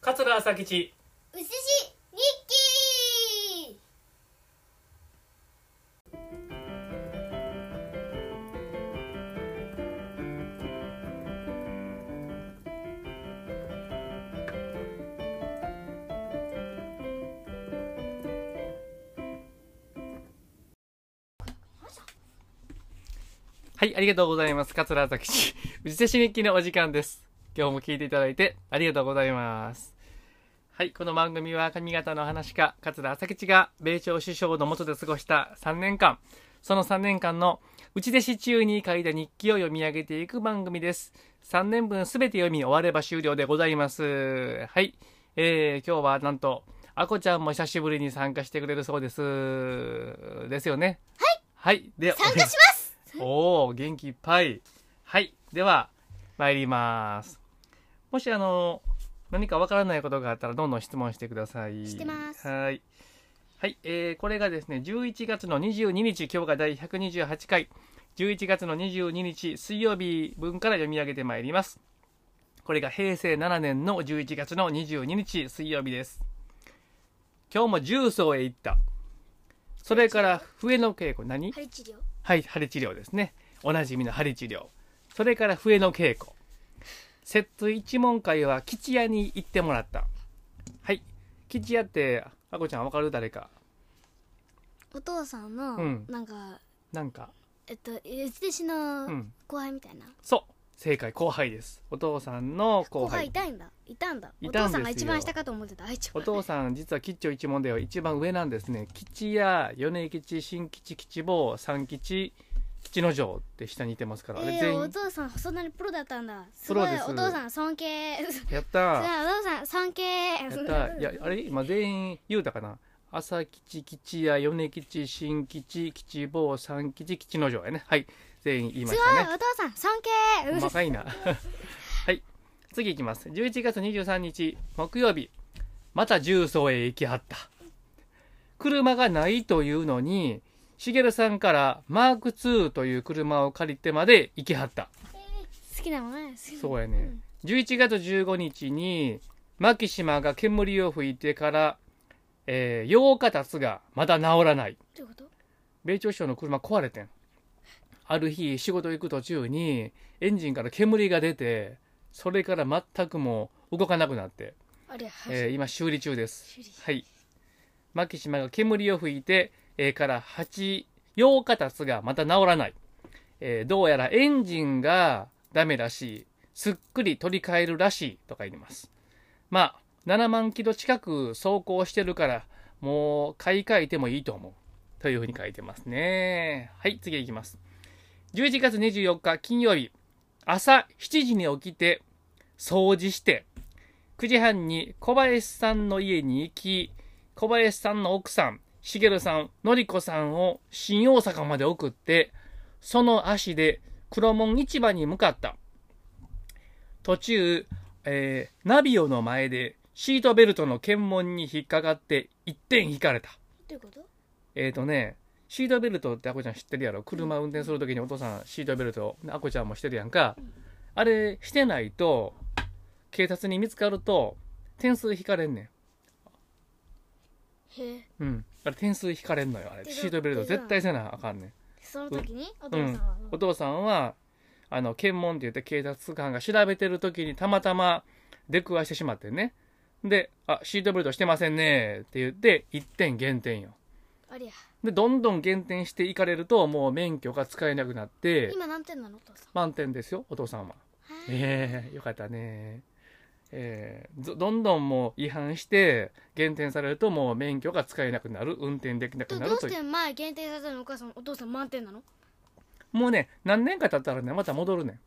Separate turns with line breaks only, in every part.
桂朝吉
うすし日記
はい、ありがとうございます。桂朝 吉。うちせし日記のお時間です。今日も聞いていただいてありがとうございます。はい、この番組は上方の話家、桂朝吉が米朝首相の下で過ごした3年間、その3年間のうち弟子中に書いた日記を読み上げていく番組です。3年分すべて読み終われば終了でございます。はい、えー、今日はなんと、あこちゃんも久しぶりに参加してくれるそうです。ですよね。はい。はい。で、
参加します
おお元気いっぱいはいでは参りますもしあの何かわからないことがあったらどんどん質問してください
してます
はいはい、えーこれがですね11月の22日今日が第128回11月の22日水曜日分から読み上げてまいりますこれが平成7年の11月の22日水曜日です今日も重曹へ行ったそれから笛の稽古何
針治療
はい、針治療ですね。おなじみの針治療。それから笛の稽古。摂津一門会は吉屋に行ってもらった。はい。吉屋って、あこちゃんわかる誰か。
お父さんの、
うん
なんか
なんか。
えっとうち弟子
う
の
ん。
後輩みたいな、
そう。正解、後輩です。お父さんの後
後輩
輩
い。たいんだいたんだ
い
お
たんですよ
父さんが一番下かと思ってた愛ちゃん
お父さん、実は吉兆一門では一番上なんですね。吉屋、米吉、新吉、吉坊、三吉、吉之丞って下にいてますから。あれ
えー、
全
お
員。
父さんそんなにプロだったんだす
プ
ご
ロ
い
です
お父さん尊敬す
やっ
ごいお
たー。
父さん尊敬
やったいやあれ今全員言うたかな朝吉吉や米吉新吉吉坊三吉吉之丞やねはい全員言います
ごい
したね
お父さん尊敬
細かいな はい次いきます11月23日木曜日また重曹へ行きはった車がないというのにしげるさんからマーク2という車を借りてまで行きはった
好きなもんね好きなも
そ
ん
うやね。11月15日に、牧島が煙を吹いてから、えー8日経つが、まだ治らない。
どういうこと
米朝首相の車壊れてん。ある日、仕事行く途中に、エンジンから煙が出て、それから全くもう動かなくなって、
あれ、
えー今修理中です。
修理
はい。牧島が煙を吹いて、えーから8、8日経つがまた治らない。えーどうやらエンジンがダメらしい。すっくり取り替えるらしいとか言ってます。まあ、7万キロ近く走行してるから、もう買い替えてもいいと思う。というふうに書いてますね。はい、次いきます。11月24日金曜日、朝7時に起きて、掃除して、9時半に小林さんの家に行き、小林さんの奥さん、しげるさん、のりこさんを新大阪まで送って、その足で黒門市場に向かった。途中、えーナビオの前でシートベルトの検問に引っかかって1点引かれた。
どういうこと
えーとね、シートベルトってあこちゃん知ってるやろ車運転するときにお父さんシートベルト、あこちゃんもしてるやんか。あれしてないと、警察に見つかると、点数引かれんね
へえ
ん。うん。あれ点数引かれんのよ、あれ。
で
シートベルト
で
絶対せなあかんねん。
その時にお父さんは、
お父さんは、あの、検問って言って警察官が調べてるときにたまたま出くわしてしまってね。で、あ、シートベルトしてませんねって言って、1点減点よ。
あれや
で、どんどん減点していかれると、もう免許が使えなくなって、
今何点なのお父さん
満点ですよお父さんは
はい
ええよかったねええどどんどんもう違反して減点されるともう免許が使えなくなる運転できなく
ど
な
ど
る
う
と
し
いう
て前限定されたのお母さんお父さん満点なの
もうね何年か経ったらねまた戻るねん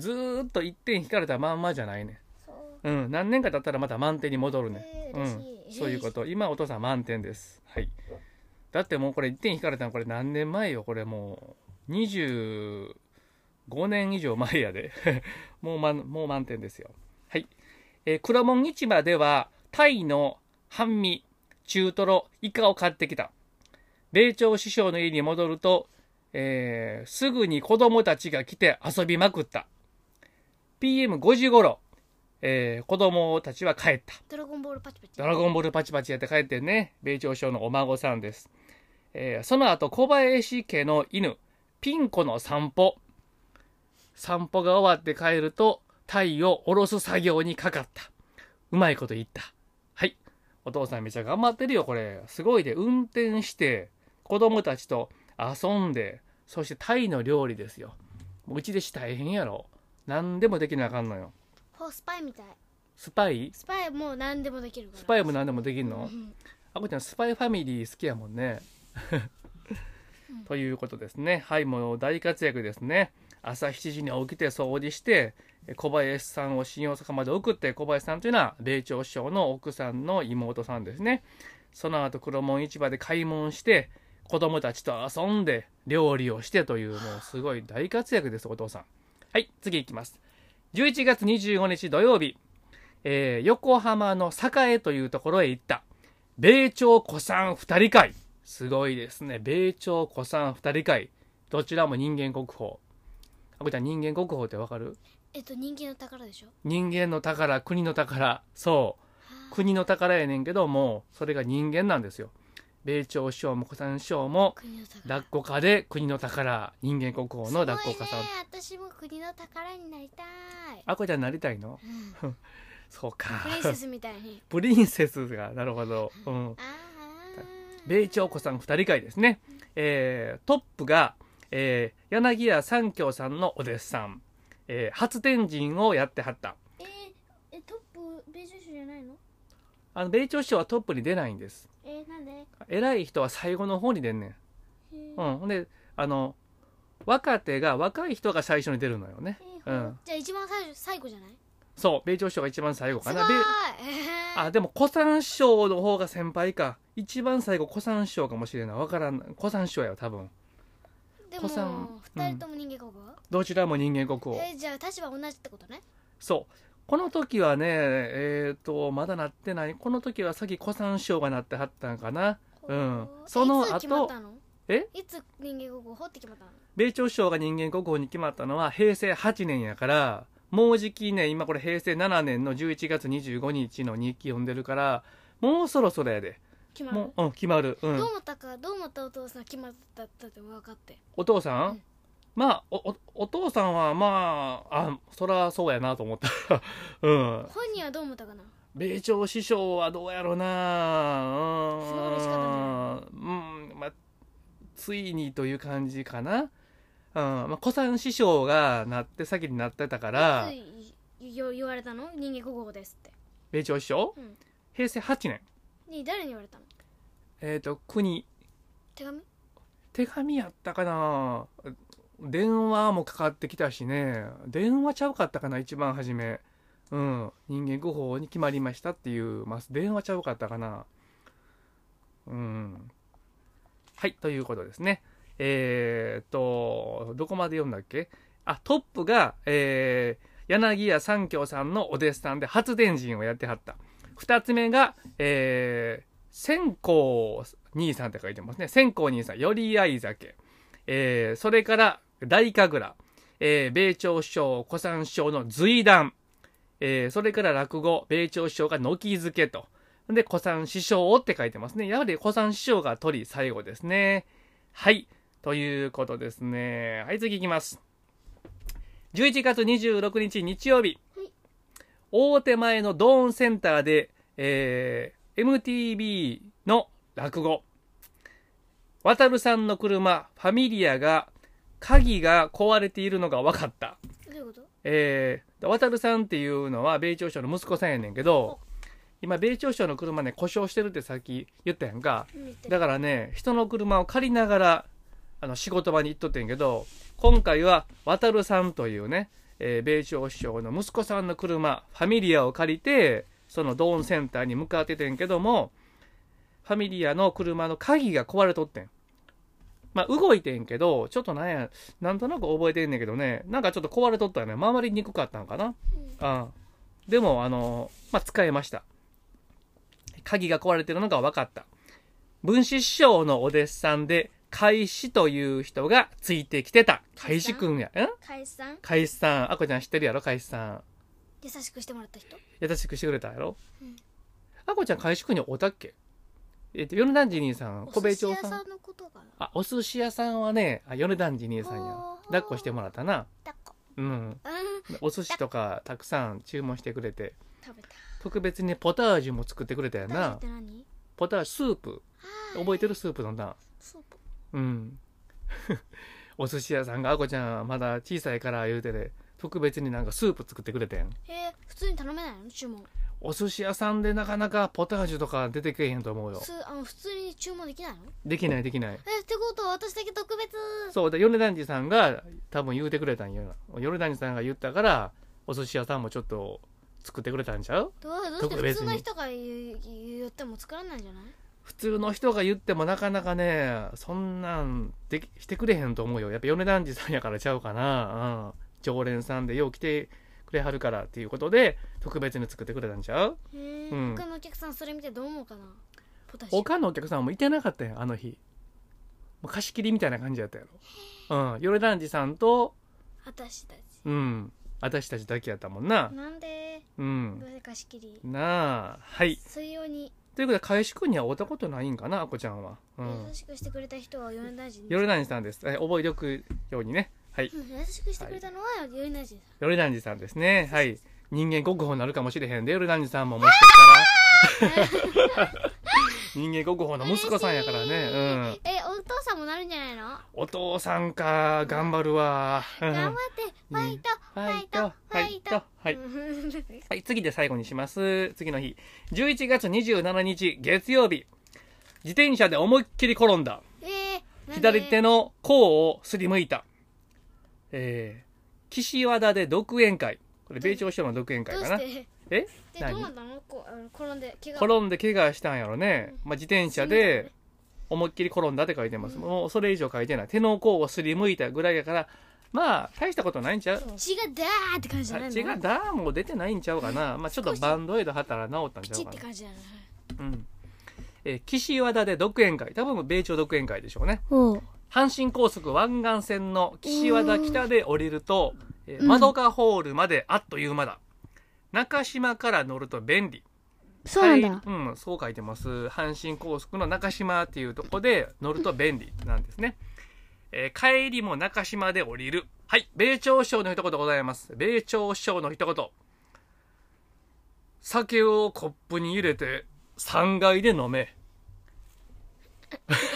ずーっと1点引かれたまんまじゃないね
そう、
んうん何年か経ったらまた満点に戻るねん
えー
う
嬉
ん
しい、
そういうこと今お父さん満点ですはいだってもうこれ1点引かれたのこれ何年前よこれもう25年以上前やで もう満もう満点ですよはい、えー、黒門市場ではタイの半身中トロイカを買ってきた米朝首相の家に戻ると、えーすぐに子供たちが来て遊びまくった PM5 時頃えー子供たちは帰った。
ドラゴンボールパチパチ
ドラゴンボールパチパチやって帰ってね、米朝首相のお孫さんです。えーその後、小林家の犬、ピンコの散歩。散歩が終わって帰ると、鯛を下ろす作業にかかった。うまいこと言った。はい。お父さんめちゃ頑張ってるよ、これ。すごいで、運転して、子供たちと遊んで、そしてタイの料理ですよ。もううちでし大変やろ。何でもできなあかんのよ。
ほうスパイみたい
スパイ
スパイもう何でもできるから
スパイも何でもできん
う
の
ん
あこちゃんスパイファミリー好きやもんね
うん。
ということですね。はい、もう大活躍ですね。朝7時に起きて掃除して、え小林さんを新大阪まで送って、小林さんというのは米朝首相の奥さんの妹さんですね。その後黒門市場で買い物して、子供たちと遊んで、料理をしてという、もうすごい大活躍です、お父さん。はい、次いきます。11月25日土曜日、えー横浜の栄というところへ行った。米朝古参二人会。すごいですね。米朝古参二人会。どちらも人間国宝。あこちゃん、人間国宝ってわかる
えっと人気の宝でしょ
人間の宝、国の宝。そう。国の宝やねんけども、それが人間なんですよ。米朝首相も古参首相も、
国の宝
落語家で国の宝、人間国宝の落語家さん
すごいね。私も国の宝になりた い
あこちゃんなりたいの
うん
そうか
プ。リンセスみたい に
プリンセスが、なるほど。うん。
あー
米朝子さん二人会ですね、えートップが、えー柳家三京さんのお弟子さん、えー初天神をやってはった
えーえトップ米朝首じゃないの
あの米朝首相はトップに出ないんです
えーなんで
偉い人は最後の方に出んねん
えー
うんほんであの若手が若い人が最初に出るのよね
えー
う
ほ
ん
じゃあ一番最初最後じゃない
そう米朝首相が一番最後か
すご
な
ー
米
いえー
あでも古参師匠の方が先輩か一番最後古参師匠かもしれないわからん古参師匠やよ多分
で
子さん
も二人とも人間国宝
どちらも人間国宝
えーじゃあ立場同じってことね
そう。この時はね、えっ、と、まだなってない。この時はさっき古参師匠がなってはったんかな。うん
ほ
その後
いつ決まったの
え
いつ人間国宝って決まったの
米朝首相が人間国宝に決まったのは平成8年やから、もうじきね、今これ平成7年の11月25日の日記読んでるから、もうそろそろやで。
決まる
もう、うん、決まる。うん
どう。思ったかどう思ったお父さん決まったって分かって
お父さん、
うん
まあ、お、お、お父さんはまあ、あ、そらそうやなと思った。 うん。
本人はどう思ったかな
米朝師匠はどうやろうなう
すごい嬉しか
ーんうんまあついにという感じかな、うんまあ、古参師匠がなって先になってたから
いついよ言われたの人間国宝ですって
米朝師匠、
うん
平成8年
に誰に言われたの
えっ、と国
手紙
手紙やったかな電話もかかってきたしね電話ちゃうかったかな一番初めうん人間誤報に決まりましたっていう、まあ、電話ちゃうかったかなうんはいということですねえー、っとどこまで読んだっけあトップが、えー柳家三京さんのお弟子さんで初電人をやってはった二つ目が、えー、線香兄さんって書いてますね。線香兄さん、よりあい酒。えー、それから、大神楽。えー、米朝首相、古参首相の随談。えー、それから落語、米朝首相が軒付けと。で、古参師匠って書いてますね。やはり古参師匠が取り、最後ですね。はい。ということですね。はい、次いきます。11月26日日曜日。
はい
大手前のドーンセンターで、えー MTV の落語。渡るさんの車、ファミリアが、鍵が壊れているのが分かった。
どういうこと
えー、渡るさんっていうのは米朝首相の息子さんやねんけど、今米朝首相の車ね、故障してるってさっき言ったやんか。
見て
だからね、人の車を借りながら、あの、仕事場に行っとってんけど、今回は、渡るさんというね、えー米朝首相の息子さんの車、ファミリアを借りて、そのドーンセンターに向かっててんけども、ファミリアの車の鍵が壊れとってん。まあ、動いてんけど、ちょっとなんや、なんとなく覚えてんねんけどね、なんかちょっと壊れとったよね。回りにくかったんかな。あでも、あの、まあ、使えました。鍵が壊れてるのが分かった。文子師匠のお弟子さんで、海師という人がついてきてた。海師くんや。ん
解散
海師さん。あこちゃん知ってるやろ海師さん。
優しくしてもらった人
優しくしてくれたやろ、
うん
あこちゃん海宿におったっけえっと米団ジニーさん小兵長
お寿
さん
司屋さんのことかな
あお寿司屋さんはねあ米団ジニーさんや
あー
抱っこしてもらったな
だっこ
うん
うん
お寿司とかたくさん注文してくれて
食べた
特別にねポタージュも作ってくれたや
食べた
な
って何
ポタージュスープ覚えてるスープ飲んだん
スープ
うん お寿司屋さんがあこちゃんまだ小さいから言うてね特別になんかスープ作ってくれてん
へえ普通に頼めないの注文
お寿司屋さんでなかなかポタージュとか出てけえへんと思うよ
すあの普通に注文できないの
できないできない
えってことは私だけ特別
そうで米団次さんが多分言うてくれたんよ米団次さんが言ったからお寿司屋さんもちょっと作ってくれたんちゃう
どうどうして
特
普
別に
通の人が言う言っても作らないんじゃない
普通の人が言ってもなかなかねそんなんできしてくれへんと思うよやっぱ米団次さんやからちゃうかな、うん、常連さんでよう来てくれはるからっていうことで特別に作ってくれたんちゃう
へえ、
うん
他のお客さんそれ見てどう思うかなポタジュ
他のお客さんもいてなかったんよあの日もう貸し切りみたいな感じやったやろうん米団次さんと
私たち
うん私たちだけやったもんな
なんで
うん
どうせ貸し切り
なあはい
水曜に
ということで、返し君には会ったことないんかな、あこちゃんは。うん
優。しくしてくれた人は米大臣
ヨルダンジさんです。え覚えておくようにね。はい。
うん優しくしてくれたのは米大臣
ヨルダンジさんですね。はい。人間国宝になるかもしれへんで、ヨルダンジさんももしかした ら。人間国宝の息子さんやからね。
えお父さんもなるんじゃないの
うん。お父さんか、頑張るわ。うん
頑張ってファイトファイトフ
は
ァイ
い
ト。
はい。
うん
はい、次で最後にします。次の日。11月27日、月曜日。自転車で思いっきり転んだ。
えー、
左手
の
の甲をすりむいた。えー、岸和田で独演会。これ、米朝首相の独演会か
どう
な。
して
え
で
何
どうなったのこうあの転んで怪我
転んで怪我したんやろね。まあ、自転車で思いっきり転んだって書いてます。
うん
もうそれ以上書いてない。手の甲をすりむいたぐらいやから、まあ、大したことないんちゃう
血がダーって感じじゃないの
血がダーも出てないんちゃうかな。まあ、ちょっとバンドエイド貼ったら治ったん
ピ
ちゃ
チ
う
っ
か
て
な。
感じじゃない
うん。えー岸和田で独演会。多分、米朝独演会でしょうね。
おう
阪神高速湾岸線の岸和田北で降りると、え
う
ー、
ん
窓がホールまであっという間だ。中島から乗ると便利。
そうなんだ、
はいうん、そう書いてます。阪神高速の中島っていうとこで乗ると便利なんですね。えー帰りも中島で降りる。はい、米朝賞の一言ございます。米朝賞の一言。酒をコップに入れて3階で飲め。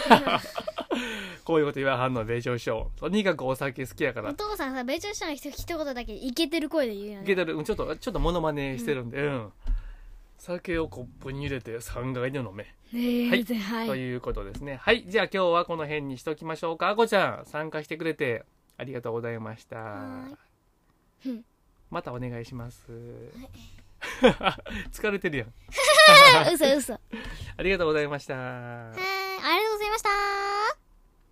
こういうこと言わはんの、米朝賞。とにかくお酒好きやか
お
ら。
父さんさ米朝首相の一言だけイケてる声で言うよ
い
ね
けてる、うんちょっと、ちょっとモノマネしてるんで、うん。酒をコップに入れて3階で飲め。
ね
はい
えはい、
ということですね。はい。じゃあ今日はこの辺にしときましょうか。あこちゃん、参加してくれてありがとうございました。
はーいうん
またお願いします。 疲れてるやん。
嘘嘘は
ありがとうございました。
ーい